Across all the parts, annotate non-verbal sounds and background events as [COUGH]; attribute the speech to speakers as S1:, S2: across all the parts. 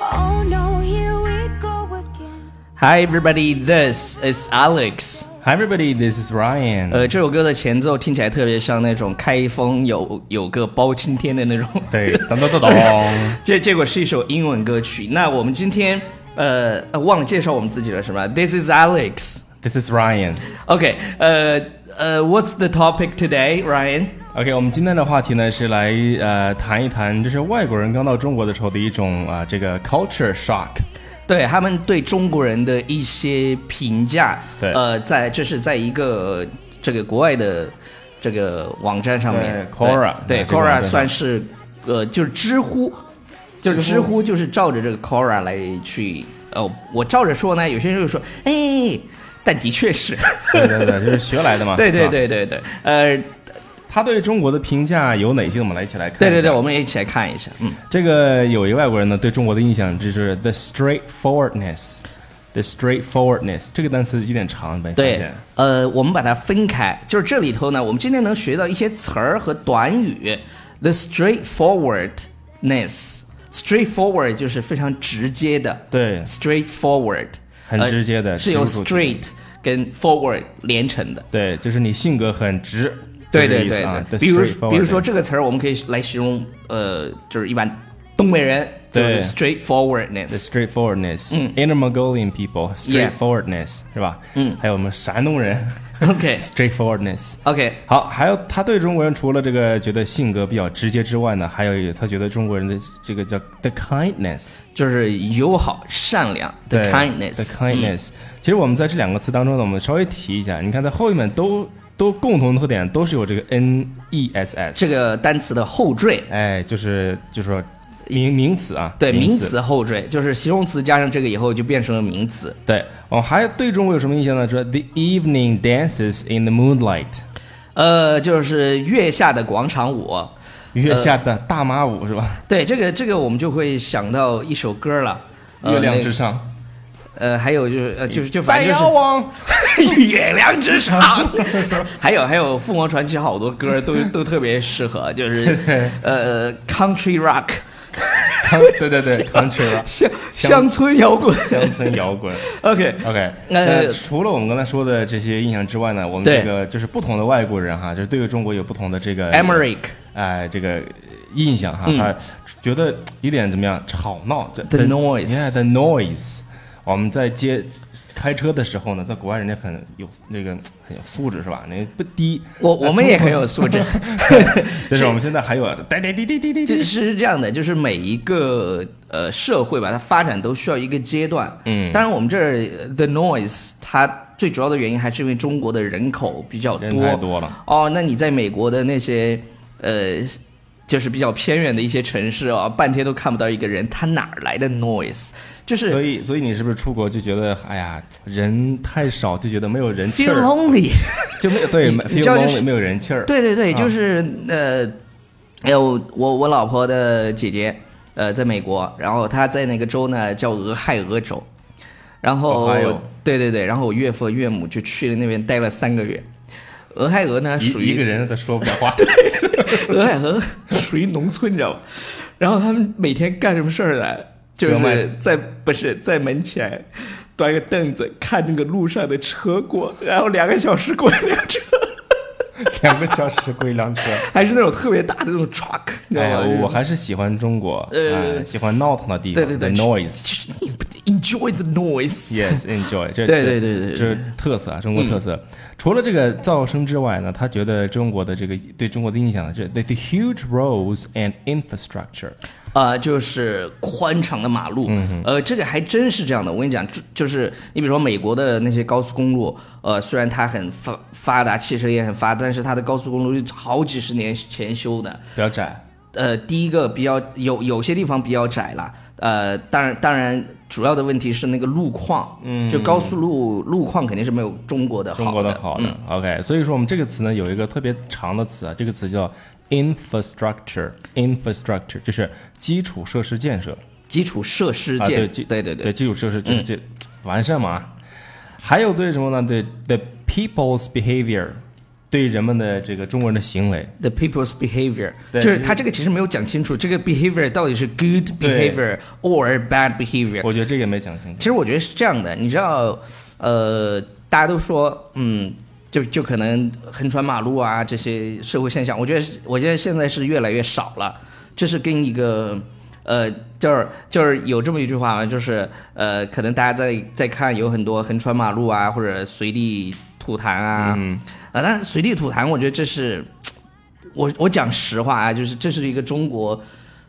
S1: Oh,
S2: Hi everybody, this is Alex。
S3: Hi everybody, this is Ryan。
S2: 呃，这首歌的前奏听起来特别像那种开封有有个包青天的那种。
S3: 对，咚咚咚咚。
S2: [LAUGHS] 这结果是一首英文歌曲。那我们今天呃呃忘了介绍我们自己了是吧？This is Alex。
S3: [LAUGHS] This is Ryan。
S2: OK，呃呃，What's the topic today, Ryan？
S3: OK，我们今天的话题呢是来呃谈一谈，就是外国人刚到中国的时候的一种啊、这个 culture shock。
S2: 对他们对中国人的一些评价，
S3: 对
S2: 呃，在这是在一个这个国外的这个网站上面
S3: 对，Quora，
S2: 对
S3: 对这个网站
S2: Quora
S3: 上
S2: 算是呃就是知乎，就是知乎就是照着这个 Quora 来去，呃，我照着说呢，有些人就说，哎，但的确是，
S3: 对对对，就是学来的
S2: [LAUGHS]
S3: 嘛。
S2: 对对
S3: 是吧。
S2: 对对对，呃，
S3: 他对中国的评价有哪些？我们来一起来看。
S2: 对对对，，我们也一起来看一下，嗯，
S3: 这个有一个外国人呢对中国的印象就是 the straightforwardness。The straightforwardness 这个单词有点长，没发
S2: 对
S3: 现？，
S2: 呃，我们把它分开，就是这里头呢，我们今天能学到一些词儿和短语，the straightforwardness。straightforward 就是非常直接的
S3: 对，
S2: ，straightforward
S3: 很
S2: 呃
S3: 直接的
S2: 是由
S3: 直入主题
S2: straight 跟 forward 连成的。
S3: 对，就是你性格很直。
S2: 对
S3: 就
S2: 对
S3: 是这个意
S2: 对
S3: 思啊
S2: 对，比如
S3: the
S2: 比如说
S3: straightforwardness
S2: 这个词儿，我们可以来形容，呃，就是一般东北人就是
S3: The
S2: straightforwardness。
S3: straightforwardness,
S2: Mm.
S3: Inner Mongolian people, straightforwardness 是吧？嗯，还有我们山东人 [LAUGHS]
S2: OK
S3: ，straightforwardness。
S2: OK，
S3: 好，还有他对中国人除了这个觉得性格比较直接之外呢，还有一个他觉得中国人的这个叫 the kindness，
S2: 就是友好、善良，the
S3: 对
S2: kindness，嗯 Mm.
S3: the kindness。其实我们在这两个词当中呢，我们稍微提一下，你看在后面都都共同特点都是有这个 n e s s，
S2: 这个单词的后缀。
S3: 哎，就是就是说名名词啊，
S2: 对，名
S3: 名
S2: 词后缀就是形容词加上这个以后就变成了名词。
S3: 对，哦，还对中国有什么印象呢？说 The evening dances in the moonlight，
S2: 呃，就是月下的广场舞。呃
S3: 月下的大妈舞、是吧？
S2: 对，这个这个我们就会想到一首歌了，呃、
S3: 月亮
S2: 那
S3: 之上，
S2: 呃，还有就是呃，就是就反
S3: 在
S2: 正 [LAUGHS]
S3: 遥
S2: 就
S3: [LAUGHS] 望。
S2: 是月亮之上， [LAUGHS] 还有还有凤凰传奇好多歌都都特别适合，就是
S3: [LAUGHS]
S2: 呃 country rock
S3: 康 [LAUGHS] 对对对，country
S2: [LAUGHS]
S3: rock，
S2: 乡乡村摇滚。
S3: 乡村摇滚。
S2: OK， [LAUGHS]
S3: OK，
S2: 呃
S3: 那除了我们刚才说的这些印象之外呢，我们
S2: 对
S3: 这个就是不同的外国人哈，就是对于中国有不同的这个
S2: e m e r i c
S3: 哎、这个印象哈，他觉得有点怎么样，吵闹这
S2: 嗯 The noise
S3: yeah，the noise。我们在街开车的时候呢，在国外人家很有那个很有素质是吧？那不低，
S2: 我我们也很有
S3: [LAUGHS]
S2: 素质。
S3: 这是我们现在还有哒哒滴滴
S2: [LAUGHS]
S3: 滴滴
S2: 这
S3: 滴，
S2: 是这样的，就是每一个呃社会吧，它发展都需要一个阶段。嗯，当然我们这儿呃 the noise 它最主要的原因还是因为中国的人口比较
S3: 人太多了。
S2: 哦，那你在美国的那些呃，就是比较偏远的一些城市啊、半天都看不到一个人，他哪儿来的 noise？就是
S3: 所以，所以你是不是出国就觉得，哎呀，人太少，就觉得没有人气
S2: feel
S3: 儿，
S2: lonely。
S3: 就没有对
S2: 你
S3: feel
S2: 知道就是
S3: lonely，没有人气儿。
S2: 对对对，就是呃，还有我我老婆的姐姐，呃，在美国，然后她在那个州呢叫俄亥俄州，然后
S3: Ohio
S2: 对对对，然后我岳父岳母就去了那边待了三个月。俄亥俄呢，
S3: 一
S2: 属于
S3: 一个人都说不了话。
S2: 俄亥
S3: [LAUGHS]
S2: 俄属于农村，你知道吧？然后他们每天干什么事儿呢？就
S3: 割麦
S2: 是
S3: 子
S2: 在不是在门前端个凳子看那个路上的车过，然后两个小时过一辆车，
S3: 两个小时
S2: [LAUGHS]
S3: 归一辆车。
S2: 还是那种特别大的那种 truck，你知
S3: 哎
S2: 道吗？
S3: 呀，
S2: 就是
S3: 我还是喜欢中国，
S2: 呃
S3: 哎喜欢闹腾的地
S2: 对对
S3: 方
S2: 对
S3: t h e noise。
S2: 就是你不 [LAUGHS] enjoy the noise。
S3: Yes,
S2: [LAUGHS]
S3: enjoy 这。
S2: 对对对对对嗯
S3: 这是特色啊，中国特色。除了这个噪声之外呢，他觉得中国的这个对中国的印象呢，就是 the the huge roads and infrastructure。
S2: 呃，就是宽敞的马路，
S3: 嗯
S2: 呃，这个还真是这样的。我跟你讲，就就是你比如说美国的那些高速公路，呃，虽然它很发发达，汽车也很发达，但是它的高速公路是好几十年前修的，
S3: 比较窄，
S2: 呃，第一个比较有有些地方比较窄了，呃，当然当然，主要的问题是那个路况，嗯，就高速路路况肯定是没有中国的好嗯
S3: 中国的好的。OK，所以说我们这个词呢有一个特别长的词啊，这个词叫 infrastructure。infrastructure 就是基础设施建设。
S2: 基础设施
S3: 啊，
S2: 建，
S3: 对，基
S2: 对对嗯
S3: 对，基础设施就是这完善嘛。还有对什么呢？对 the people's behavior，对人们的这个中国人的行为，
S2: The people's behavior，
S3: 对
S2: 就是
S3: 就是
S2: 他这个其实没有讲清楚，这个 behavior 到底是 good
S3: 对
S2: behavior or bad behavior。
S3: 我觉得这个没讲清楚。
S2: 其实我觉得是这样的，你知道，呃，大家都说，嗯，就就可能横穿马路啊这些社会现象，我觉得是我觉得现在是越来越少了。这是跟一个，呃，就是就是有这么一句话嘛，就是呃，可能大家在在看有很多横穿马路啊，或者随地吐痰啊，嗯、啊，但是随地吐痰，我觉得这是。我我讲实话啊，就是这是一个中国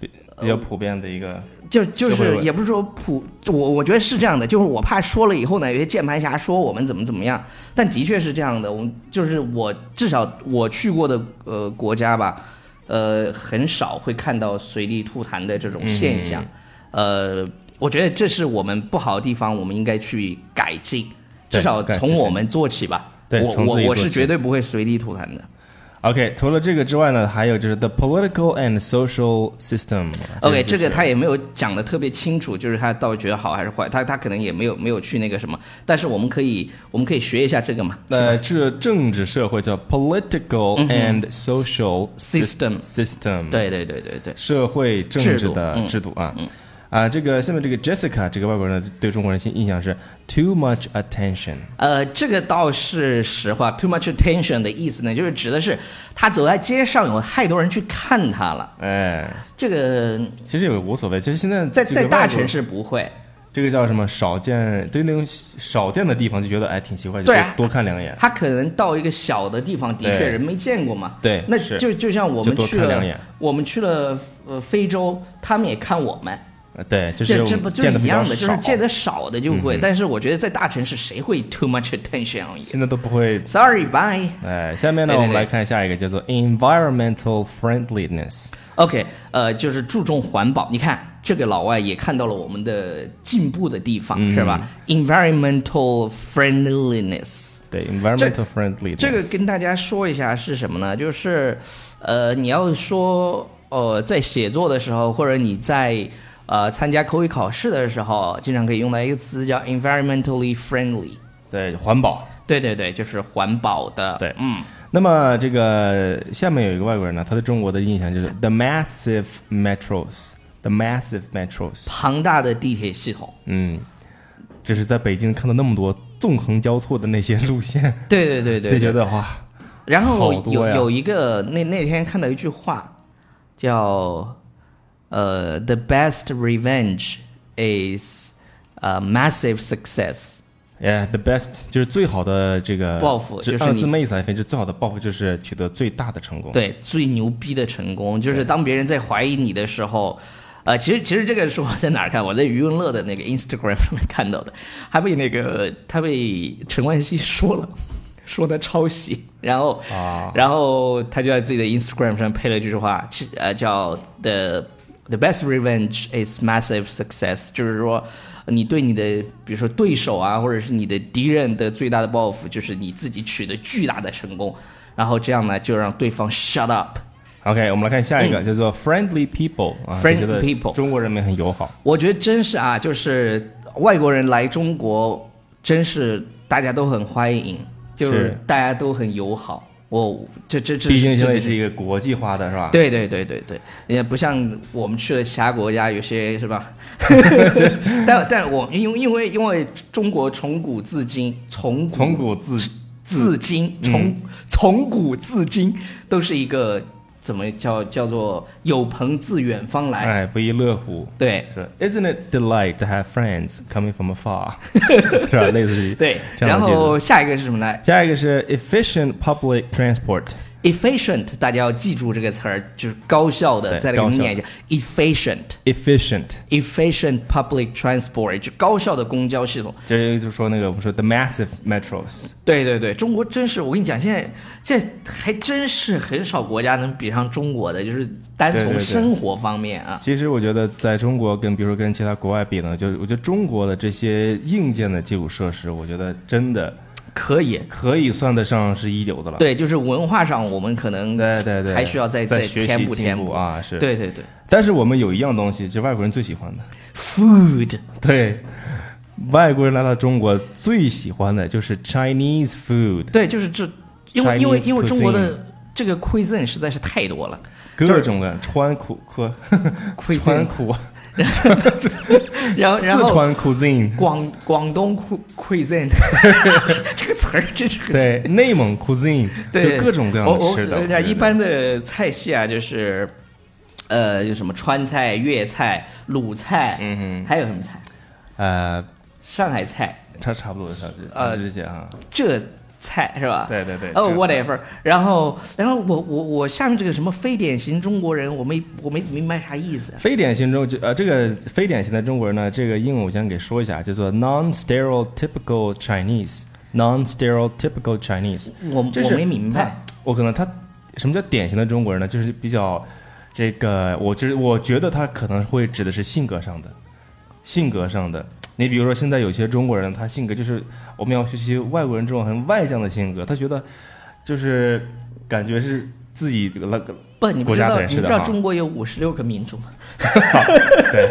S3: 比
S2: 呃
S3: 较普遍的一个，
S2: 就就
S3: 社会
S2: 是
S3: 问
S2: 也不是说普，我我觉得是这样的，就是我怕说了以后呢，有些键盘侠说我们怎么怎么样，但的确是这样的，我们就是我至少我去过的呃国家吧，呃很少会看到随地吐痰的这种
S3: 嗯
S2: 现象，呃，我觉得这是我们不好的地方，我们应该去改进，
S3: 对
S2: 至少
S3: 对
S2: 从
S3: 这是
S2: 我们做起吧。
S3: 对
S2: 我
S3: 从自己
S2: 我我
S3: 做
S2: 是
S3: 起
S2: 绝对不会随地吐痰的。
S3: OK，除了这个之外呢，还有就是 the political and social system。
S2: OK，这
S3: 就是
S2: 个他也没有讲的特别清楚，就是他到底觉得好还是坏，他他可能也没有没有去那个什么，但是我们可以我们可以学一下这个嘛。
S3: 呃，这政治社会叫 political and social
S2: 嗯 System
S3: system，，
S2: 对对对对对，
S3: 社会政治的制
S2: 制嗯
S3: 度啊。啊，这个下面这个 Jessica 这个外国人对中国人印象是 too much attention，
S2: 呃，这个倒是实话，too much attention 的意思呢，就是指的是他走在街上有太多人去看他了。
S3: 哎，
S2: 这个
S3: 其实也无所谓，其实现在
S2: 在
S3: 这
S2: 在
S3: 个外国
S2: 大城市不会，
S3: 这个叫什么少见，对那种少见的地方就觉得哎挺奇怪，就
S2: 对
S3: 多
S2: 啊
S3: 多看两眼，
S2: 他可能到一个小的地方，的确
S3: 对
S2: 人没见过嘛。
S3: 对
S2: 那
S3: 是
S2: 就就像我
S3: 就
S2: 们
S3: 多
S2: 去
S3: 看两
S2: 了
S3: 眼，
S2: 我们去了呃非洲，他们也看我们。
S3: 呃对，就
S2: 这
S3: 是
S2: 这不就
S3: 见
S2: 是
S3: 得
S2: 一
S3: 比较
S2: 样的，就
S3: 少嗯
S2: 是，见得少的就会。但是我觉得在大城市，谁会 too much attention on you？Sorry，
S3: 现在都不会。
S2: bye。
S3: 哎，下面呢，
S2: 对对
S3: 我们
S2: 对
S3: 来看下一个叫做 environmental friendliness。
S2: OK，呃，就是注重环保。你看，这个老外也看到了我们的进步的地方，是吧？Environmental friendliness。
S3: 对，environmental friendly，
S2: 这个跟大家说一下是什么呢？就是，呃，你要说，呃，在写作的时候，或者你在呃参加口语考试的时候，经常可以用到一个词叫 environmentally friendly。
S3: 对环保。
S2: 对对对，就是环保的。嗯
S3: 对那么这个下面有一个外国人呢，他对中国的印象就是 the massive metros，the massive metros。
S2: 庞大的地铁系统。
S3: 嗯，这是在北京看到那么多纵横交错的那些路线，
S2: 对对对对
S3: 就觉
S2: 对。
S3: 得哇，
S2: 然后
S3: 好多
S2: 有
S3: 呀
S2: 有一个那那天看到一句话，叫呃，the best revenge is 呃 massive success。
S3: 哎、t h e best 就是最好的这个
S2: 报复
S3: 这
S2: 就是
S3: 按
S2: 你
S3: 字面意思来分，就最好的报复就是取得最大的成功。
S2: 对，最牛逼的成功就是当别人在怀疑你的时候。呃，其实其实这个是我在哪儿看？我在余文乐的那个 Instagram 上面看到的，他被那个他被陈冠希说了，说他抄袭，然后
S3: 啊，
S2: 然后他就在自己的 Instagram 上配了这句话，其呃叫 the the best revenge is massive success，就是说你对你的比如说对手啊，或者是你的敌人的最大的报复，就是你自己取得巨大的成功，然后这样呢就让对方 shut up。
S3: OK，我们来看下一个，叫做 friendly people 啊
S2: 嗯 Friendly
S3: 就觉得
S2: people
S3: 中国人民很友好。
S2: 我觉得真是啊，就是外国人来中国，真是大家都很欢迎，就是
S3: 是
S2: 大家都很友好。我这这这，
S3: 毕竟现
S2: 这
S3: 在是一个国际化的是吧？
S2: 对对对对对，也不像我们去了其他国家，有些是
S3: [LAUGHS]
S2: 吧？但但我因为因为因为中国从古至今，从古
S3: 从古至嗯
S2: 至今，从、从古至今都是一个怎么叫叫做有朋自远方来，
S3: 哎不亦乐乎。
S2: 对
S3: 是 Isn't it delight to have friends coming from
S2: [LAUGHS]
S3: afar？是吧？类似于
S2: 对。
S3: 这样
S2: 然
S3: 的句子。
S2: 后下一个是什么呢
S3: 下一个是 efficient public transport。
S2: ？efficient，大家要记住这个词儿，就是高效
S3: 对
S2: 的，再来给你
S3: 高效
S2: 念一下 efficient。
S3: efficient，
S2: Efficient public transport 就高效的公交系统，
S3: 这就是说那个我们说 the massive metros。
S2: 对对对，中国真是，我跟你讲，现在这还真是很少国家能比上中国的，就是单
S3: 对对
S2: 从
S3: 对
S2: 生活方面啊，
S3: 其实我觉得，在中国跟比如说跟其他国外比呢，就是我觉得中国的这些硬件的基础设施，我觉得真的
S2: 可以。
S3: 可以算得上是一流的了。
S2: 对，就是文化上我们可能
S3: 对对对，
S2: 还需要再
S3: 再学习
S2: 填补
S3: 进
S2: 填
S3: 步
S2: 补。
S3: 啊，是。
S2: 对对对
S3: 但是我们有一样东西是外国人最喜欢的，
S2: ，food
S3: 对，外国人来到中国最喜欢的就是 Chinese food。
S2: 对，就是这因为因为
S3: Chinese
S2: 因为中国
S3: cuisine
S2: 的这个 cuisine 实在是太多了，
S3: 各种的川苦苦
S2: Cuisine
S3: 川苦
S2: 然后然
S3: 四
S2: 后
S3: 川 cuisine，
S2: 广广东 cu-
S3: [LAUGHS]
S2: cuisine 这个词儿真是很
S3: 对内蒙 cuisine，
S2: 对
S3: 就各种各样
S2: 我
S3: 的
S2: 我
S3: 吃的。
S2: 我
S3: 我
S2: 讲
S3: 觉
S2: 一
S3: 得
S2: 般的菜系啊，就是呃有什么川菜、粤菜、鲁菜，嗯还有什么菜？
S3: 呃
S2: 上海菜、
S3: 差差不多差不多，
S2: 呃
S3: 呃这些啊，
S2: 浙菜是吧？
S3: 对对对，
S2: 哦
S3: 这
S2: ，whatever。然后，然后我我我下面这个什么非典型中国人，我没我没明白啥意思。
S3: 非典型中就呃，这个非典型的中国人呢，这个英文我先给说一下，叫做 non-stereotypical Chinese。non-stereotypical Chinese，
S2: 我
S3: 这
S2: 我
S3: 是
S2: 没明白。
S3: 我可能他什么叫典型的中国人呢？就是比较这个，我就是我觉得他可能会指的是性格上的，性格上的。你比如说，现在有些中国人，他性格就是我们要学习外国人这种很外向的性格，他觉得就是感觉是自己那个
S2: 不，你不
S3: 国
S2: 知
S3: 家
S2: 道
S3: 的人
S2: 你
S3: 是
S2: 不
S3: 的
S2: 知道
S3: 哈
S2: 中国有五十六个民族吗？
S3: 对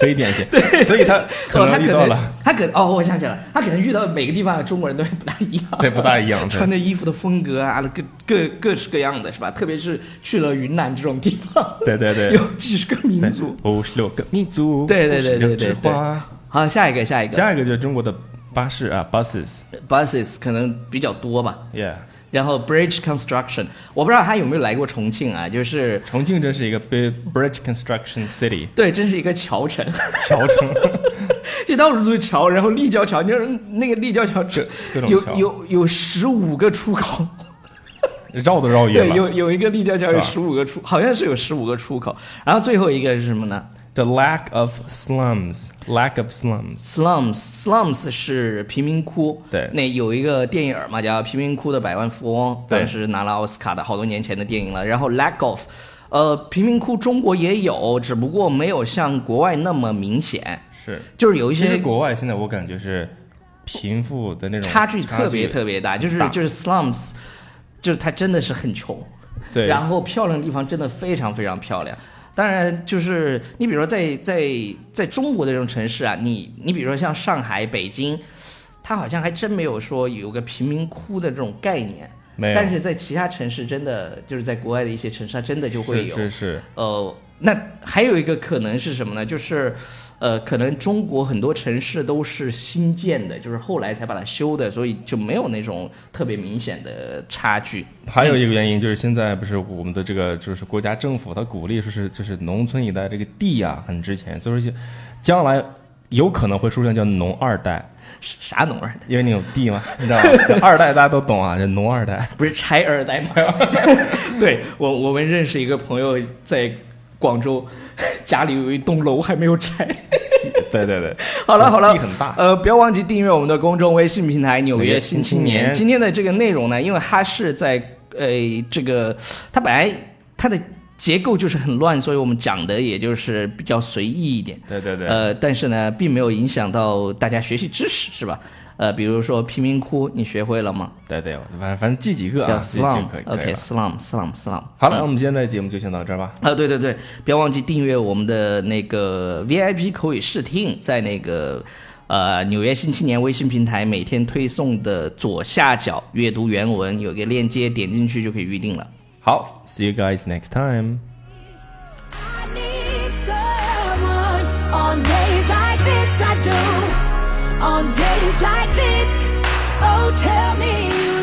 S3: 非典型，所以他可
S2: 哦，他
S3: 能遇到
S2: 可
S3: 了。
S2: 能他可能哦，我想起来了，他可能遇到每个地方的中国人都不大一样。
S3: 对，不大一样。对
S2: 穿的衣服的风格啊，各各各式各样的是吧？特别是去了云南这种地方，
S3: 对对对，
S2: 有几十个民族。
S3: 五十六个民族，
S2: 对对对对对
S3: 56枝花
S2: 好，下一个，下一个
S3: 下一个就是中国的巴士啊，buses，yeah，
S2: ，buses 可能比较多吧。然后 bridge construction，我不知道他有没有来过重庆啊，就是
S3: 重庆真是一个 big bridge construction city，
S2: 对，这是一个桥城，
S3: 桥城， [LAUGHS]
S2: 这到处都是桥，然后立交桥，就是那个立交桥
S3: 各各种
S2: 有
S3: 桥
S2: 有有十五个出口，
S3: 绕都绕
S2: 对，
S3: 远了。
S2: 有有一个立交桥有
S3: 是
S2: 十五个出，好像是有十五个出口，然后最后一个是什么呢
S3: The lack of slums，lack of slums，
S2: ？slums，slums 是贫民窟，
S3: 对
S2: 那有一个电影儿嘛，叫《贫民窟的百万富翁》，
S3: 对
S2: 当时拿了奥斯卡的，好多年前的电影了。然后 lack of，呃，贫民窟中国也有，只不过没有像国外那么明显。
S3: 是。
S2: 就是有一
S3: 其实
S2: 些
S3: 国外现在我感觉是贫富的那种
S2: 差距特别特别大，就是
S3: 大
S2: 就是 slums，就是它真的是很穷，
S3: 对，
S2: 然后漂亮的地方真的非常非常漂亮。当然，就是你比如说在在在中国的这种城市啊，你你比如说像上海、北京，它好像还真没有说有个贫民窟的这种概念，
S3: 没有，
S2: 但是在其他城市真的就是在国外的一些城市，它真的就会有。
S3: 是是是，
S2: 呃，那还有一个可能是什么呢？就是，呃，可能中国很多城市都是新建的，就是后来才把它修的，所以就没有那种特别明显的差距。
S3: 还有一个原因就是现在不是我们的这个就是国家政府它鼓励说是就是农村一带这个地啊很值钱，所以说就将来有可能会出现叫农二代，
S2: 啥啥农二代？
S3: 因为你有地嘛，你知道吧？二代大家都懂啊，这农二代。
S2: 不是拆二 [LAUGHS] 代吗？对我，我们认识一个朋友在广州，家里有一栋楼还没有拆。
S3: 对对对，
S2: 好了好了，
S3: 地很大。
S2: 呃，不要忘记订阅我们的公众微信平台《纽约新青
S3: 纽
S2: 年
S3: 约》。新青年
S2: 今天的这个内容呢，因为它是在呃这个，它本来它的结构就是很乱，所以我们讲的也就是比较随意一点。
S3: 对对对，
S2: 呃，但是呢，并没有影响到大家学习知识，是吧？呃，比如说贫民窟，你学会了吗？
S3: 对对，反正反正记几个
S2: 叫
S3: 啊，记几个可以可以了。
S2: slum，OK，slum，slum，slum。
S3: 好了，那我们今天的节目就先到这儿吧。
S2: 嗯啊，对对对，不要忘记订阅我们的那个 VIP 口语试听，在那个呃纽约新青年微信平台每天推送的左下角阅读原文有个链接，点进去就可以预定了。
S3: 好，see you guys next time。
S1: I need someone on days like this. I do. On days like this, oh tell me you